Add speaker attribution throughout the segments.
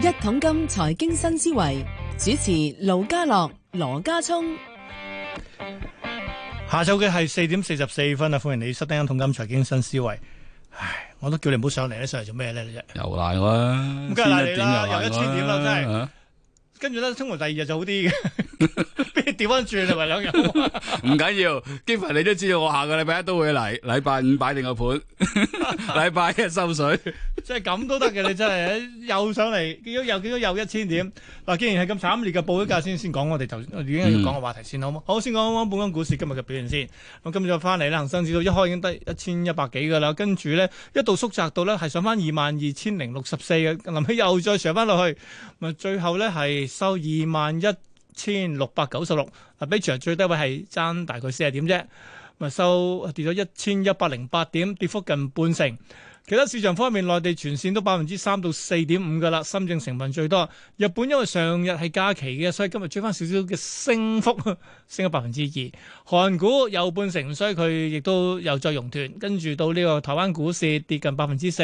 Speaker 1: 一桶金財經新思維主持盧家樂、羅家聰，
Speaker 2: 下晝嘅係四點四十四分啊！歡迎你收聽《同金財經新思維》。唉，我都叫你唔好上嚟咧，上嚟做咩咧？你啫。
Speaker 3: 又賴我啦，
Speaker 2: 咁梗係賴你
Speaker 3: 千一點
Speaker 2: 啦
Speaker 3: 賴
Speaker 2: 又一千點啦真係
Speaker 3: 啊
Speaker 2: 跟住咧，通常第二日就好啲嘅， 俾你調翻轉係咪兩日？
Speaker 3: 唔緊要，基凡你都知道，我下個禮拜一都會嚟，禮拜五擺定個 盤，禮拜一收水。
Speaker 2: 即係咁都得嘅，你真係又上嚟，見到又見到又一千點。嗱，既然係咁慘烈嘅，報咗價先先講我哋頭已經要講個話題先好冇？好，先講講本港股市今日嘅表現先。咁今日翻嚟啦，恒生指數一開已經低一千一百幾㗎啦，跟住咧一度縮窄到咧係上翻二萬二千零六十四嘅，臨尾又再上翻落去，咪最後咧係收二萬一千六百九十六，啊，比全日最低位係爭大概四十點啫，咪收跌咗一千一百零八點，跌幅近半成。其他市場方面，內地全線都百分之三到四點五㗎啦，深證成分最多。日本因為上日係假期嘅，所以今日追翻少少嘅升幅， 升咗百分之二。韓股有半成，所以佢亦都又再熔斷，跟住到呢個台灣股市跌近百分之四，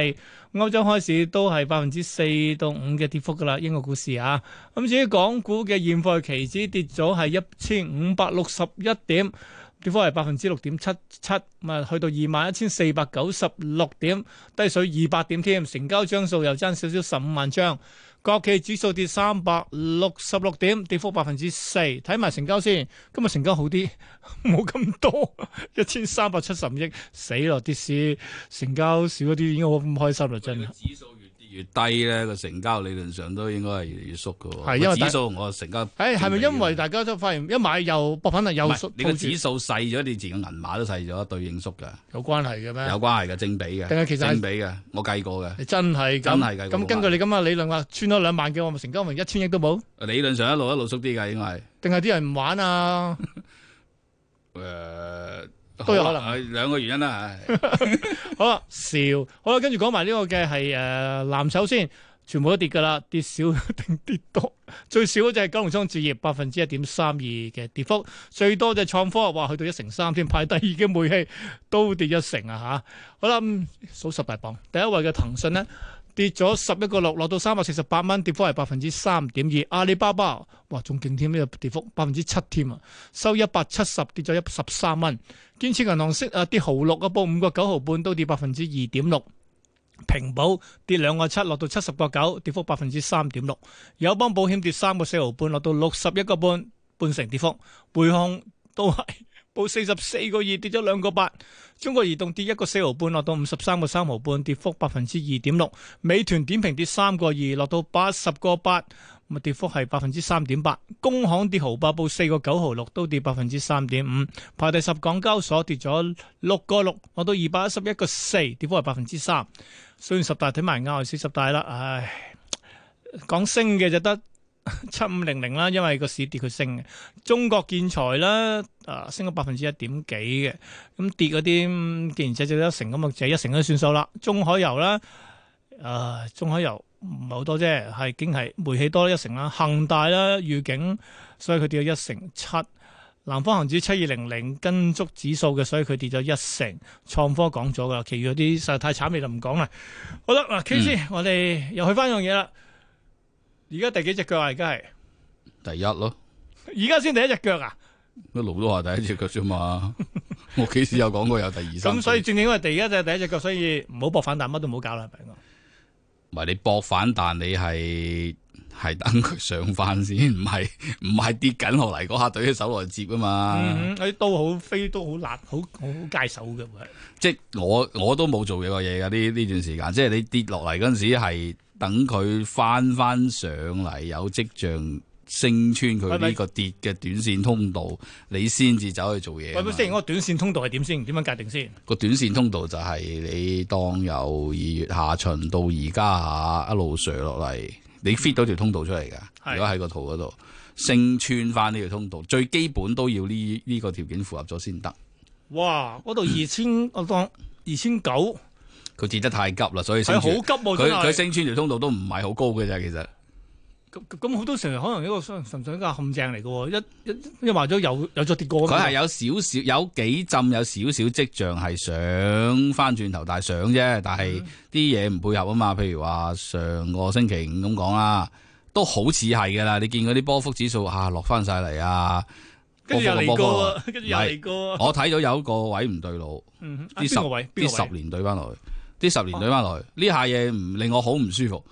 Speaker 2: 歐洲開市都係百分之四到五嘅跌幅㗎啦，英國股市啊。咁至於港股嘅現貨期指跌咗係一千五百六十一點。跌幅係百分之六點七七，咁啊去到二萬一千四百九十六點，低水二百點添，成交張數又爭少少十五萬張。國企指數跌三百六十六點，跌幅百分之四。睇埋成交先，今日成交好啲， 冇咁多，一千三百七十五億，死咯！跌市成交少咗啲，已經好唔開心啦，真係。
Speaker 3: 指數越跌越低咧，個成交理論上都應該係越嚟越縮嘅喎。
Speaker 2: 係因為
Speaker 3: 個
Speaker 2: 大
Speaker 3: 指數同我成交，
Speaker 2: 誒係咪因為大家都發現一買又博品啊，又
Speaker 3: 唔
Speaker 2: 縮
Speaker 3: 係你個
Speaker 2: 套住
Speaker 3: 指數細咗，你自己銀碼都細咗，對應縮㗎，
Speaker 2: 有關係嘅
Speaker 3: 有
Speaker 2: 咩？
Speaker 3: 關係嘅正比嘅，
Speaker 2: 定係其實係
Speaker 3: 正比嘅，我計過嘅。
Speaker 2: 你真係
Speaker 3: 真
Speaker 2: 咁
Speaker 3: 係㗎
Speaker 2: 咁，
Speaker 3: 嗰個
Speaker 2: 根據你咁嘅理論話，穿咗兩萬嘅，我咪成交咪一千億都冇？
Speaker 3: 理論上一路一路縮啲㗎，應該係。
Speaker 2: 定係啲人唔玩啊？
Speaker 3: 誒、
Speaker 2: 都有
Speaker 3: 好啦
Speaker 2: 可能
Speaker 3: 係兩個原因啦。 唉
Speaker 2: 好啦，笑，好啦，跟住講埋呢個嘅係誒藍籌先，全部都跌㗎啦，跌少 定跌多，最少嗰只係九龍倉置業百分之一點三二嘅跌幅，最多隻創科話去到一成三添，排第二嘅煤氣都跌一成啊吓，好啦，嗯數十大榜，第一位嘅騰訊呢。跌咗十一個六，落到三百四十八蚊，跌幅係百分之三點二。阿里巴巴哇，仲勁添呢個跌幅，百分之七添啊，收一百七十，跌咗一十三蚊。建設銀行息啊跌毫六啊，報五個九毫半，都跌百分之二點六。平保跌兩個七，落到七十個九，跌幅百分之三點六。友邦保險跌三個四毫半，落到六十一個半，半成跌幅。匯控都係報四十四個二，跌咗兩個八。中國移動跌一個四毫半，落到五十三個三毫半，跌幅百分之二點六。美團點評跌三個二，落到八十個八，咁啊跌幅係百分之三點八。工行跌毫八，報四個九毫六，都跌百分之三點五。排第十，港交所跌咗六個六，落到二百一十一個四，跌幅係百分之三。雖然十大睇埋啱，四十大啦，唉，講升嘅就得 七五零零啦，因為個市跌佢升嘅。中國建材啦，啊升咗百分之一點幾嘅，咁跌嗰啲嗯既然只只一成咁啊，就一成都算數啦。中海油啦，啊中海油唔係好多啫，係經係煤氣多一成啦，恒大啦預警，所以佢跌咗一成七。南方恒指七二零零跟足指數嘅，所以佢跌咗一成。創科講咗噶，其餘嗰啲實在太慘，你就唔講啦。好啦，
Speaker 3: 嗯
Speaker 2: 嗱，K 先，我哋又去翻樣嘢啦。而家第幾隻腳啊？而家係
Speaker 3: 第一咯，
Speaker 2: 而家先第一隻腳啊！
Speaker 3: 一路都話第一隻腳啫嘛。 我幾時有講過有第二三？
Speaker 2: 咁所以正正因為第一隻第一隻腳，所以唔好搏反彈，乜都唔好搞啦，係咪？
Speaker 3: 唔係你搏反彈，你係係等佢上翻先，唔係唔係跌緊落嚟嗰下對起手來接啊嘛。
Speaker 2: 嗯哼，嗰啲刀好飛刀好辣，好好好戒手嘅會係。
Speaker 3: 即係我我都冇做嘢過嘢噶呢呢段時間，即係你跌落嚟嗰陣時係等佢翻翻上嚟有跡象。升穿佢呢個跌嘅短線通道，你先至走去做嘢啊
Speaker 2: 喂，
Speaker 3: 嘛。
Speaker 2: 咁雖然嗰個短線通道係點先？點樣界定先？
Speaker 3: 個短線通道就係你當由二月下旬到而家啊一路上落嚟，你 fit 到條通道出嚟
Speaker 2: 係
Speaker 3: 㗎。如果喺個圖嗰度升穿翻呢條通道，最基本都要呢呢個條件符合咗先得。
Speaker 2: 哇！嗰度
Speaker 3: 嗯
Speaker 2: 二千，我當二千九，
Speaker 3: 佢跌得太急啦，所以
Speaker 2: 係
Speaker 3: 升
Speaker 2: 好
Speaker 3: 穿
Speaker 2: 急喎，
Speaker 3: 佢
Speaker 2: 真
Speaker 3: 佢
Speaker 2: 係。
Speaker 3: 升穿條通道都唔係好高嘅啫，其實
Speaker 2: 咁咁咁好多時候可能呢個純純粹一個陷阱嚟嘅喎，一一一話咗又又再跌過㗎嘛。
Speaker 3: 佢係有少少有幾浸有少少跡象係想翻轉頭，但係想啫，但係
Speaker 2: 嗯
Speaker 3: 啲嘢唔配合啊嘛。譬如話上個星期五咁講啦，都好似係㗎啦。你見嗰啲波幅指數啊落翻晒 嚟啊，
Speaker 2: 跟住又嚟
Speaker 3: 波幅
Speaker 2: 過
Speaker 3: 啊
Speaker 2: 啊，跟住又嚟過啊。
Speaker 3: 我睇到有一個位唔對路，
Speaker 2: 嗯啊
Speaker 3: 啲
Speaker 2: 邊個位？哦
Speaker 3: 啲
Speaker 2: 邊個位
Speaker 3: 十年對翻落去，啲十年對翻落去，呢下嘢唔令我好唔舒服。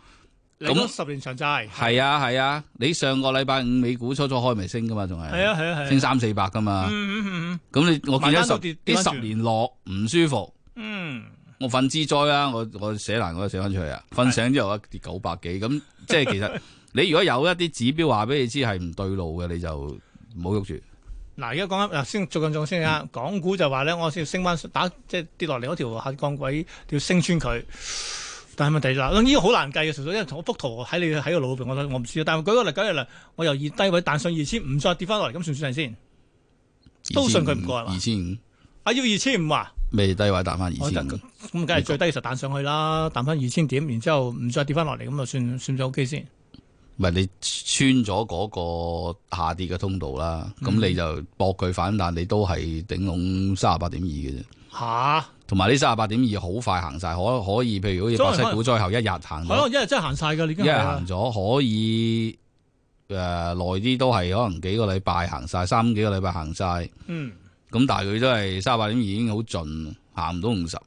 Speaker 2: 你講
Speaker 3: 咁
Speaker 2: 十年長債
Speaker 3: 係啊係啊，你上個禮拜五美股初初開咪升㗎嘛，仲
Speaker 2: 係
Speaker 3: 係
Speaker 2: 啊係啊係啊。
Speaker 3: 升三四百㗎嘛。
Speaker 2: 嗯嗯嗯
Speaker 3: 咁你我見
Speaker 2: 慢慢
Speaker 3: 咗
Speaker 2: 到
Speaker 3: 十
Speaker 2: 跌跌
Speaker 3: 呢
Speaker 2: 返
Speaker 3: 十
Speaker 2: 轉
Speaker 3: 年落唔舒服。
Speaker 2: 嗯
Speaker 3: 我瞓之災啦，我我寫難我都寫翻出去啊！瞓醒之後啊跌九百幾，咁 即係其實你如果有一啲指標話俾你知係唔對路嘅，你就唔好喐住。
Speaker 2: 嗱，而家講緊嗱，先最近仲先
Speaker 3: 嗯
Speaker 2: 啊，港股就話咧，我先要升翻打即係跌落嚟嗰條下降軌，要升穿佢。但係問題就嗱，呢個好難計嘅，純粹因為我幅圖喺你喺個腦入邊，我都我唔知。但係舉個例，舉個例，我由二低位彈上二千五，再跌翻落嚟，咁算唔算係先？都信佢唔過係嘛
Speaker 3: 二千五
Speaker 2: 啊，要二千五啊！
Speaker 3: 未低位打翻二
Speaker 2: 我
Speaker 3: 千
Speaker 2: 得
Speaker 3: 五
Speaker 2: 咁，梗係最低嘅時候彈上去啦，彈翻二千點，然之後唔再跌翻落嚟，咁就啊算算咗 OK 先。
Speaker 3: 唔係你穿咗嗰個下跌嘅通道啦，咁、
Speaker 2: 嗯
Speaker 3: 你就搏佢反彈，你都係頂籠三十八點二嘅啫。
Speaker 2: 吓、
Speaker 3: 同埋呢三十八點二好快行晒，可可以譬如好似巴西股災後一日
Speaker 2: 係
Speaker 3: 行咗
Speaker 2: 咯，一日真係行晒㗎，你已
Speaker 3: 一
Speaker 2: 經
Speaker 3: 日
Speaker 2: 係
Speaker 3: 行
Speaker 2: 啦。
Speaker 3: 咗可以誒耐啲都係可能幾個禮拜行晒，三幾個禮拜行晒。咁
Speaker 2: 嗯，
Speaker 3: 但係佢都係三十八點已經好盡，行唔到五十，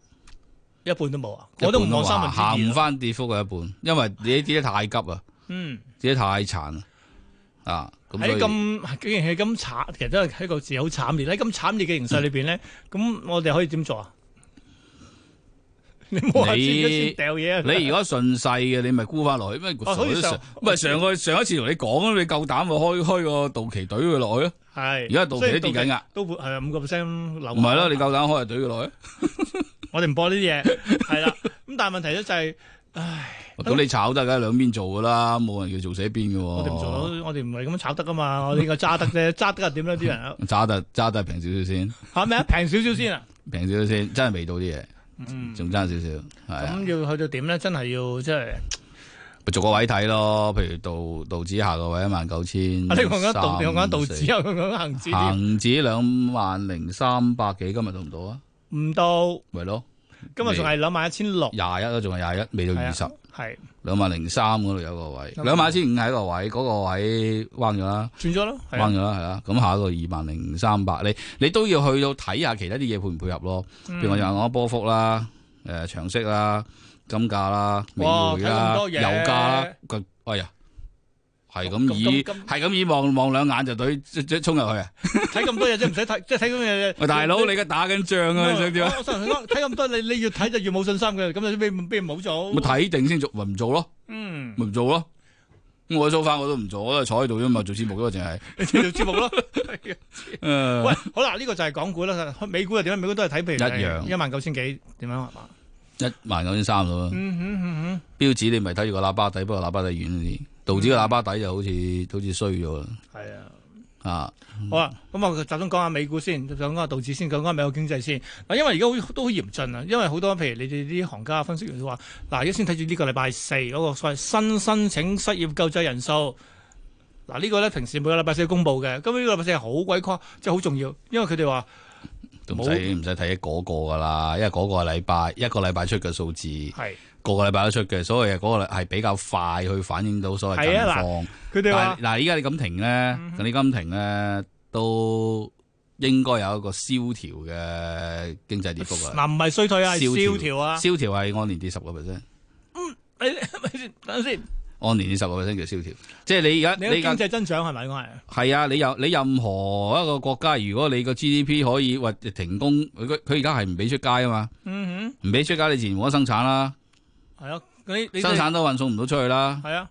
Speaker 2: 一半都冇啊，我都唔望三分之
Speaker 3: 行唔
Speaker 2: 二啊。
Speaker 3: 翻跌幅嘅一半，因為你跌得太急啊，
Speaker 2: 嗯。
Speaker 3: 跌得太殘啊，啊咁
Speaker 2: 喺
Speaker 3: 所以
Speaker 2: 咁既然係咁慘，其實都係喺個字好慘烈。喺咁慘烈嘅形
Speaker 3: 嗯
Speaker 2: 勢裏邊咧，咁、我哋可以點做啊？ 你冇話知
Speaker 3: 你
Speaker 2: 先掉嘢啊！
Speaker 3: 你如果順勢嘅，你咪沽翻落去，咩
Speaker 2: 哦好似上
Speaker 3: 上唔係上個上一次同你講啊，你夠膽咪開開個道奇隊佢落去咯， 啊
Speaker 2: 係
Speaker 3: 而家道
Speaker 2: 雖
Speaker 3: 奇
Speaker 2: 然
Speaker 3: 都跌緊㗎，
Speaker 2: 都係五個 percent 流。
Speaker 3: 唔係咯，你夠膽開個隊佢落去，
Speaker 2: 我哋唔播呢啲 嘢，係啦。咁但係問題咧就係、
Speaker 3: 咁你炒得梗係兩邊做㗎啦，冇人叫做死邊嘅喎。
Speaker 2: 我哋唔做到，我哋唔係咁樣炒得噶嘛。我哋個揸得 啫，揸得係點咧？啲人
Speaker 3: 揸得揸得平少少先，
Speaker 2: 嚇咩啊？平少少先啊！
Speaker 3: 平少少先，真係味道啲嘢，仲爭少少，係嗯啊，
Speaker 2: 嗯咁要去到點咧？真係要即係
Speaker 3: 咪逐個位睇咯，譬如道道指下個位一萬九千，你
Speaker 2: 啊！你講緊道，你講緊道指啊，我講緊恆指添，
Speaker 3: 恒指兩萬零三百幾，今日到唔到啊？
Speaker 2: 唔到
Speaker 3: 咪咯，
Speaker 2: 今日仲係兩萬一千六，
Speaker 3: 廿一啦，仲係廿一，未到
Speaker 2: 係啊
Speaker 3: 二十，
Speaker 2: 係
Speaker 3: 兩萬零三嗰度有個位，
Speaker 2: 咁
Speaker 3: 兩萬一千五係一個位，嗰個位彎咗啦，
Speaker 2: 轉咗咯，係啊
Speaker 3: 彎咗啦，係啦，咁下一個二萬零三百，你你都要去到睇下其他啲嘢配唔配合咯。
Speaker 2: 嗯
Speaker 3: 譬如我又講波幅啦、誒、長息啦、金價啦、美
Speaker 2: 哇
Speaker 3: 匯
Speaker 2: 睇咁
Speaker 3: 啦、
Speaker 2: 多嘢哦
Speaker 3: 油價啦，個哎呀，係咁以
Speaker 2: 咁咁咁
Speaker 3: 係咁以望望兩眼就對即即衝入去啊！
Speaker 2: 睇咁多嘢真係唔使睇， 即係睇咁多嘢。
Speaker 3: 喂，大佬你而家打緊仗啊，你想點啊？
Speaker 2: 我想講睇咁多，你你越睇就越冇信心嘅，咁就邊邊唔好做
Speaker 3: 咪。睇定先做，咪唔做咯，
Speaker 2: 嗯，
Speaker 3: 咪唔做咯。咁我 s 翻我都唔做，我都坐喺度啫嘛，做節目啫嘛，
Speaker 2: 你做節目 咯。
Speaker 3: 淨係。
Speaker 2: 喂，好啦，呢個就係港股啦。美股又點啊咧？美股都係睇譬如
Speaker 3: 嗯一樣
Speaker 2: 一萬九千幾點樣啊係嘛？
Speaker 3: 一萬九千三到啦。
Speaker 2: 嗯哼嗯
Speaker 3: 標指你咪睇住個喇叭底，不過喇叭底遠啲。道指個喇叭底就好似好似衰咗啦。
Speaker 2: 哼，係啊。
Speaker 3: 啊，
Speaker 2: 好啦，咁我集中講下美股先，想講下道指先，講下美國經濟先。嗱，因為而家好都好嚴峻啊，因為好多譬如你哋啲行家分析員都話，嗱，而家先睇住呢個禮拜四嗰個所謂新申請失業救濟人數。嗱，呢個咧平時每個禮拜四要公佈嘅，咁呢個禮拜四係好鬼誇，即係好重要，因為佢哋話
Speaker 3: 都唔使唔使睇嗰個噶啦，因為嗰個禮拜一個禮拜出嘅數字，
Speaker 2: 係
Speaker 3: 個個禮拜都出嘅，所以嗰個係比較快去反映到所謂近
Speaker 2: 係啊
Speaker 3: 況。
Speaker 2: 佢哋
Speaker 3: 但
Speaker 2: 話嗯
Speaker 3: 係嗱，依家你咁停咧，咁你咁停咧，都應該有一個蕭條嘅經濟跌幅㗎啦。
Speaker 2: 嗱唔係衰退啊，係蕭條啊。
Speaker 3: 蕭條係按年跌十個 percent，
Speaker 2: 你咪先等陣先，
Speaker 3: 按年跌十個 percent 叫蕭條。即係 你而家
Speaker 2: 你
Speaker 3: 你
Speaker 2: 嘅
Speaker 3: 而家
Speaker 2: 經濟增長係咪講係？
Speaker 3: 係啊，你有你任何一個國家，如果你個 GDP 可以或停工，佢佢而家係唔俾出街啊嘛，
Speaker 2: 嗯
Speaker 3: 唔俾出街你自然冇得生產啦。
Speaker 2: 哼，係啊，你你
Speaker 3: 生產都運送唔到出去啦，
Speaker 2: 係啊，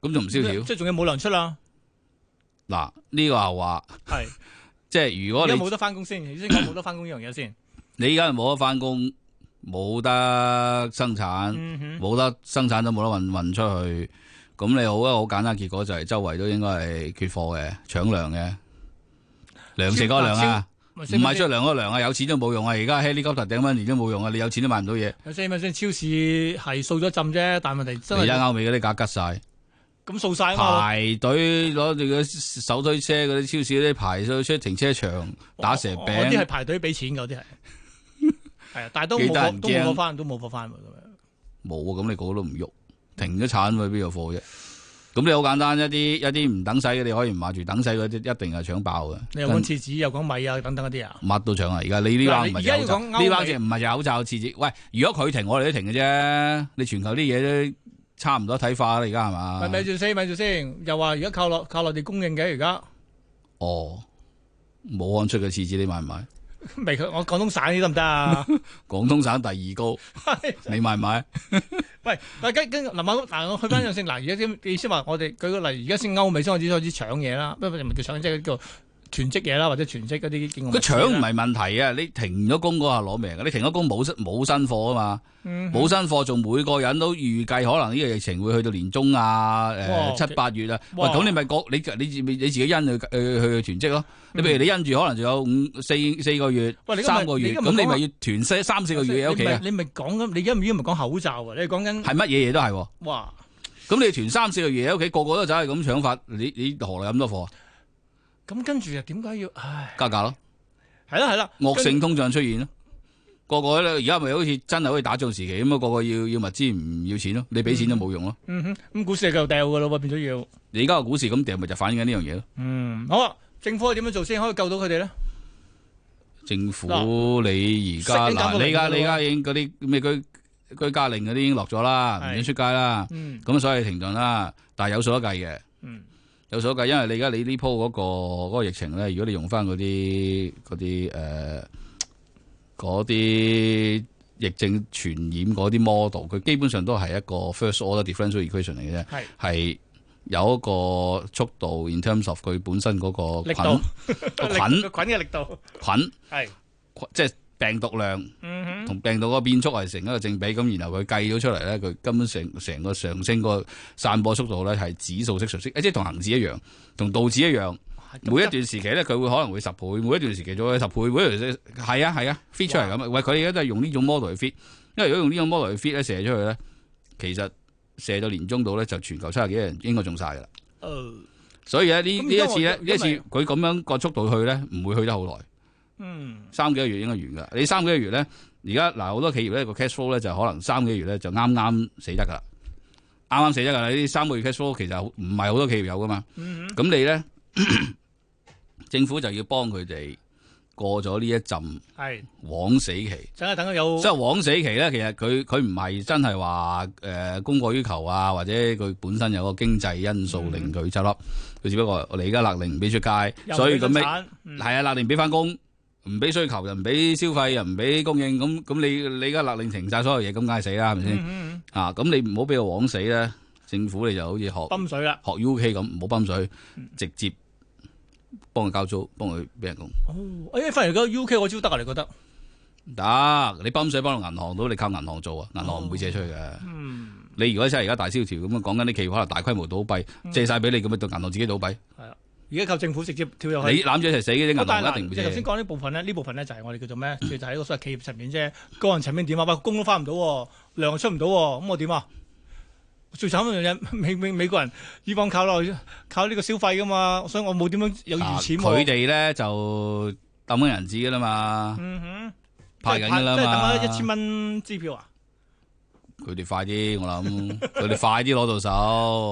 Speaker 3: 咁仲唔蕭條？
Speaker 2: 即係仲要冇糧出啦，
Speaker 3: 嗱，呢個係話，
Speaker 2: 係。
Speaker 3: 即係如果
Speaker 2: 而家
Speaker 3: 你
Speaker 2: 冇得翻工先，你先講冇得翻工呢樣嘢先。
Speaker 3: 你而家冇得翻工，冇得生產，
Speaker 2: 嗯哼，
Speaker 3: 冇得生產都冇得運運出去，咁你好一個好簡單結果就係周圍都應該係缺貨嘅、搶糧嘅，糧食嗰個糧啊，
Speaker 2: 唔
Speaker 3: 唔係出糧嗰個糧啊，有錢都冇用啊！而家 helicopter 頂蚊年都冇用啊，你有錢都買唔到嘢，
Speaker 2: 有先咪先，超市係掃咗浸啫，但係問題真
Speaker 3: 而家
Speaker 2: 係
Speaker 3: 歐美嗰啲價吉晒，
Speaker 2: 咁掃晒啊嘛，
Speaker 3: 排隊攞住個手推車嗰啲超市啲排咗出停車場打蛇
Speaker 2: 我哦我啲係
Speaker 3: 餅，
Speaker 2: 排隊俾錢㗎，嗰啲係 係啊，但係都
Speaker 3: 幾
Speaker 2: 冇
Speaker 3: 得
Speaker 2: 貨
Speaker 3: 人
Speaker 2: 都冇貨
Speaker 3: 驚
Speaker 2: 翻，都冇貨翻喎咁樣。
Speaker 3: 冇啊！咁你個個都唔喐，停咗產去邊有貨啫？咁你好簡單，一啲一啲唔等使嘅你可以唔買住，等使嗰啲一定係搶爆嘅。
Speaker 2: 你又講廁紙，又講米啊等等嗰啲啊，
Speaker 3: 乜都搶啊！而家你呢班唔係
Speaker 2: 嗱你而家
Speaker 3: 有
Speaker 2: 要
Speaker 3: 口罩，
Speaker 2: 講歐美
Speaker 3: 呢班只唔係有口罩次次。喂，如果佢停，我哋都停嘅啫。你全球啲嘢都差唔多睇化啦，而家係
Speaker 2: 咪咪
Speaker 3: 嘛？
Speaker 2: 住先，咪住先，又話而家靠落靠內地供應嘅而家。
Speaker 3: 哦，武漢出嘅廁紙你買唔買？
Speaker 2: 未佢我廣東省啲得唔得 啊？
Speaker 3: 廣東省第二高，你買唔買？
Speaker 2: 喂，但係跟跟嗱，我嗱我去翻樣先，嗱而家啲意思話我哋舉個例，而家先歐美先開始開始搶嘢啦，不過唔係叫搶，即係叫全職嘢啦，或者全職嗰啲經
Speaker 3: 佢搶唔係問題啊！你停咗工嗰下攞命嘅，你停咗工冇新冇新貨啊嘛，
Speaker 2: 嗯
Speaker 3: 冇新貨仲每個人都預計可能呢個疫情會去到年中啊，
Speaker 2: 哇
Speaker 3: 誒七八月啊，喂
Speaker 2: 哇
Speaker 3: 咁你咪覺你你自你自己因去去去囤積咯。你譬如你因住可能仲有五四四個月
Speaker 2: 嗯喂你今日、
Speaker 3: 三個月，
Speaker 2: 你今日
Speaker 3: 咁你
Speaker 2: 講啊
Speaker 3: 咪要囤四三四個月喺屋企啊，
Speaker 2: 你咪講緊，你而家唔依家唔講口罩啊，你係講緊
Speaker 3: 係乜嘢嘢都係喎。
Speaker 2: 哇，
Speaker 3: 咁你囤三四個月喺屋企，個個都走係咁搶法，你你何來咁多貨啊？
Speaker 2: 咁跟住又點解要唉？
Speaker 3: 加價咯。
Speaker 2: 係啦係啦，
Speaker 3: 惡性通脹出現咯。個個咧而家咪好似真係好似打仗時期咁啊！個個要要物資唔要錢咯，你俾錢都冇用咯。
Speaker 2: 嗯哼，咁股市就繼續掉噶咯喎，變咗要
Speaker 3: 你而家個股市咁掉，咪就反映緊呢樣嘢咯。
Speaker 2: 嗯好啊，政府可以點樣做先可以救到佢哋咧？
Speaker 3: 政府你而家
Speaker 2: 息已經減到
Speaker 3: 嗱，
Speaker 2: 零
Speaker 3: 你而
Speaker 2: 㗎
Speaker 3: 家
Speaker 2: 啦喎
Speaker 3: 你而家已經嗰啲咩居居家令嗰啲已經落咗啦，
Speaker 2: 係
Speaker 3: 唔准出街啦，
Speaker 2: 嗯
Speaker 3: 咁所以停頓啦。但係有數得計嘅，
Speaker 2: 嗯，
Speaker 3: 有數得計，因為你而家你呢鋪嗰個嗰個疫情咧，如果你用翻嗰啲嗰啲誒嗰啲疫症傳染嗰啲 model，佢基本上都係一個 first order differential equation 嚟嘅啫。
Speaker 2: 係
Speaker 3: 係有一個速度，in terms of 佢本身嗰個
Speaker 2: 力
Speaker 3: 菌
Speaker 2: 度
Speaker 3: 個
Speaker 2: 力
Speaker 3: 菌
Speaker 2: 個菌嘅力度
Speaker 3: 菌，
Speaker 2: 係
Speaker 3: 即係病毒量
Speaker 2: 嗯哼
Speaker 3: 同病毒嗰個變速係成一個正比，咁然後佢計咗出嚟咧，佢根本成成個上升個散播速度咧係指數式上升，誒即係同恒指一樣，同道指一樣，每一段時期咧佢會可能會十倍，每一段時期再會十倍，每一段時係啊係啊 fit 出嚟
Speaker 2: 嗯
Speaker 3: 咁啊，喂佢而家都係用呢種 model 去 fit，因為如果用呢種 model 去 fit 咧射出去咧，其實射到年中度咧就全球七十幾人應該中晒㗎啦。
Speaker 2: 呃
Speaker 3: 所以咧呢
Speaker 2: 咁
Speaker 3: 呢一次咧
Speaker 2: 因為
Speaker 3: 呢一次
Speaker 2: 因為
Speaker 3: 佢咁樣個速度去咧，唔會去得好耐，
Speaker 2: 嗯
Speaker 3: 三幾個月應該完噶啦。你三幾個月咧，而家嗱好多企業咧個 cash flow 咧就可能三幾個月咧就啱啱死得噶啦，啱啱死得噶啦。呢三個月 cash flow 其實好唔係好多企業有噶嘛。
Speaker 2: 嗯
Speaker 3: 咁你咧 政府就要幫佢哋過咗呢一陣
Speaker 2: 哼係，
Speaker 3: 枉死期。
Speaker 2: 等下等下有
Speaker 3: 即係枉死期咧，其實佢佢唔係真係話誒供過於求啊，或者佢本身有個經濟因素令佢執笠，佢、只不過我哋而家勒令唔俾出街，所以咁咩係
Speaker 2: 樣，嗯
Speaker 3: 啊勒令唔俾翻工，唔俾需求又唔俾消費又唔俾供應，咁咁你你而家勒令停晒所有嘢，咁梗係死啦，係咪先
Speaker 2: 嗯嗯
Speaker 3: 啊？咁你唔好俾佢枉死咧，政府你就好似
Speaker 2: 嗯
Speaker 3: 學
Speaker 2: 泵水啦，
Speaker 3: 學 UK 咁，唔好泵水，
Speaker 2: 嗯
Speaker 3: 直接幫佢交租，幫佢俾人工。
Speaker 2: 哦，哎反而個 U K 我招得啊，你覺得？
Speaker 3: 得，你泵水幫到銀行到，你靠銀行做啊，銀行唔會借出去嘅。
Speaker 2: 嗯，
Speaker 3: 你如果真係而家大蕭條咁啊，講緊啲企業可能大規模倒閉，借晒俾你咁啊，到銀行自己倒閉，
Speaker 2: 而家靠政府直接跳入去。
Speaker 3: 你攬住一齊死嘅啲銀
Speaker 2: 但係
Speaker 3: 行一定
Speaker 2: 嗱，嗯
Speaker 3: 唔
Speaker 2: 即係頭
Speaker 3: 借
Speaker 2: 先。講呢部分咧，呢部分咧就係我哋叫做咩？就係一個所謂企業層面啫。個人層面點啊？喂，工都翻唔到喎，糧又出唔到喎，咁我點啊？最慘一樣嘢，美美美國人以往靠落靠呢個消費噶嘛，所以我冇點樣有
Speaker 3: 啊
Speaker 2: 餘錢
Speaker 3: 佢
Speaker 2: 喎。
Speaker 3: 哋咧就抌緊銀紙噶啦嘛，
Speaker 2: 嗯哼，
Speaker 3: 派緊噶啦
Speaker 2: 即係等
Speaker 3: 嘛。
Speaker 2: 下一千蚊支票啊！
Speaker 3: 佢哋快啲，我 諗佢哋快啲攞到手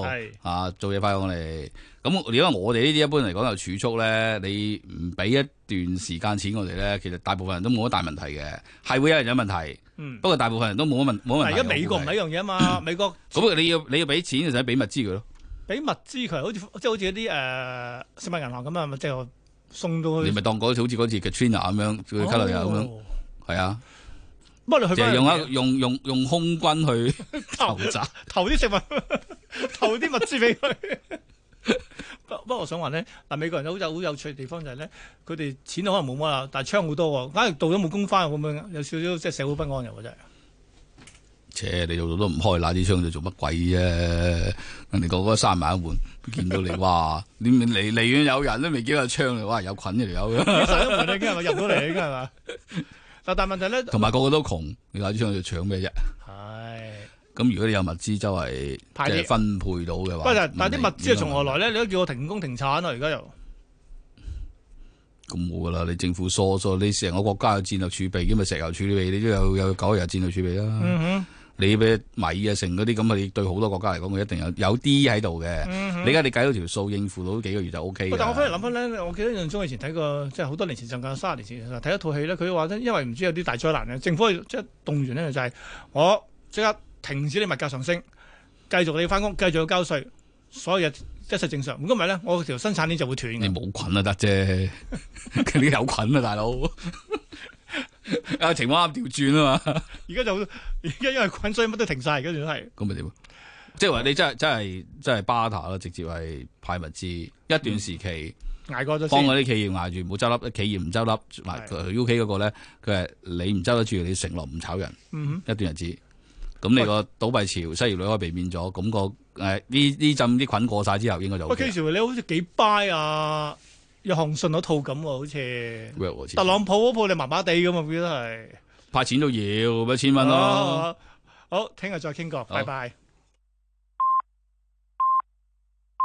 Speaker 2: 係，
Speaker 3: 啊做嘢快過我哋。咁如果我哋呢啲一般嚟講就儲蓄咧，你唔俾一段時間錢我哋咧，其實大部分人都冇乜大問題嘅，係會有人有問題，
Speaker 2: 嗯，
Speaker 3: 不過大部分人都冇乜問冇乜問
Speaker 2: 但係
Speaker 3: 題。
Speaker 2: 而家美國
Speaker 3: 我
Speaker 2: 唔係
Speaker 3: 估係
Speaker 2: 一樣嘢啊嘛，美國。
Speaker 3: 咁你要你要俾錢就使俾物資佢咯。
Speaker 2: 俾物資佢，好似即係好似啲誒食物銀行咁啊，咪即係送到去。
Speaker 3: 你咪當嗰好似嗰次 Katrina 咁樣，佢卡路里咁樣，
Speaker 2: 哦。
Speaker 3: 係啊，
Speaker 2: 不過你去
Speaker 3: 就
Speaker 2: 翻
Speaker 3: 係用一用用用空軍 去
Speaker 2: 投
Speaker 3: 投擲，
Speaker 2: 投啲食物，投啲物 資俾佢。 不不過我想話咧，嗱美國人好有好有趣嘅地方就係咧，佢哋錢可能冇乜啦，但係槍好多喎。假如到咗冇工翻，會唔會有少少即係社會不安又真 係？
Speaker 3: 切 你做到都唔開，嗱啲槍就做乜鬼啫？人哋個個閂埋一門，見到你哇，你咪離離遠有人都未見過有槍你哇有菌嘅條友，
Speaker 2: 閂咗門啦已經係咪入到嚟已經係 嘛？嗱，但係問題咧，
Speaker 3: 同埋個個都窮，你攞支槍去搶咩啫？
Speaker 2: 係
Speaker 3: 咁如果你有物資周圍
Speaker 2: 派
Speaker 3: 即
Speaker 2: 啲
Speaker 3: 係分配到嘅
Speaker 2: 不
Speaker 3: 話，
Speaker 2: 過但但啲物資係啊從何
Speaker 3: 來？
Speaker 2: 來咧？你都叫我停工停產啊啦，而家又
Speaker 3: 咁冇噶啦，你政府疏疏，你成個國家有戰略儲備，咁咪石油儲備，你都有有九日戰略儲備啦。
Speaker 2: 嗯哼
Speaker 3: 你俾米啊，成嗰啲咁，你對好多國家嚟講，佢一定有有啲喺度嘅。
Speaker 2: 嗯
Speaker 3: 你而家你計到條數，應付到幾個月就 O K
Speaker 2: 喂但我
Speaker 3: 嘅。
Speaker 2: 翻嚟諗翻咧，我記得印象中以前睇過，即係好多年前，甚至卅年前睇一套戲咧，佢話咧，因為唔知有啲大災難咧，政府即係動員咧就係、我即刻停止你物價上升，繼續你翻工，繼續要交税，所有嘢一切正常。如果唔係咧，我條生產鏈就會斷
Speaker 3: 你
Speaker 2: 嘅。
Speaker 3: 冇菌啊得 啫，你有菌啊大佬。啊情況啱調轉啊嘛，
Speaker 2: 而家就而家因為菌，所以乜都停晒，而家仲係。
Speaker 3: 咁咪點啊？即係話你真係真係真係巴塔啦，直接係派物資一段時期，
Speaker 2: 捱過咗
Speaker 3: 幫
Speaker 2: 先，
Speaker 3: 嗰啲企業捱住唔好執笠，企業唔執笠，嗱
Speaker 2: 嗯係
Speaker 3: U K 嗰個咧，佢係你唔執得住，你承諾唔炒人。
Speaker 2: 嗯
Speaker 3: 一段日子，咁你個倒閉潮、失業率可以避免咗，咁、個誒呢呢陣啲菌過晒之後，應該就
Speaker 2: 哼，
Speaker 3: 好
Speaker 2: 喂，K
Speaker 3: 嘅。
Speaker 2: 你好似幾 buy 啊約翰遜嗰套咁喎，好 似
Speaker 3: work 喎似
Speaker 2: 特朗普嗰套你麻麻地咁啊，我覺得係。
Speaker 3: 派錢都要，咪一千蚊咯。
Speaker 2: 哦哦好，聽日再傾過，拜拜。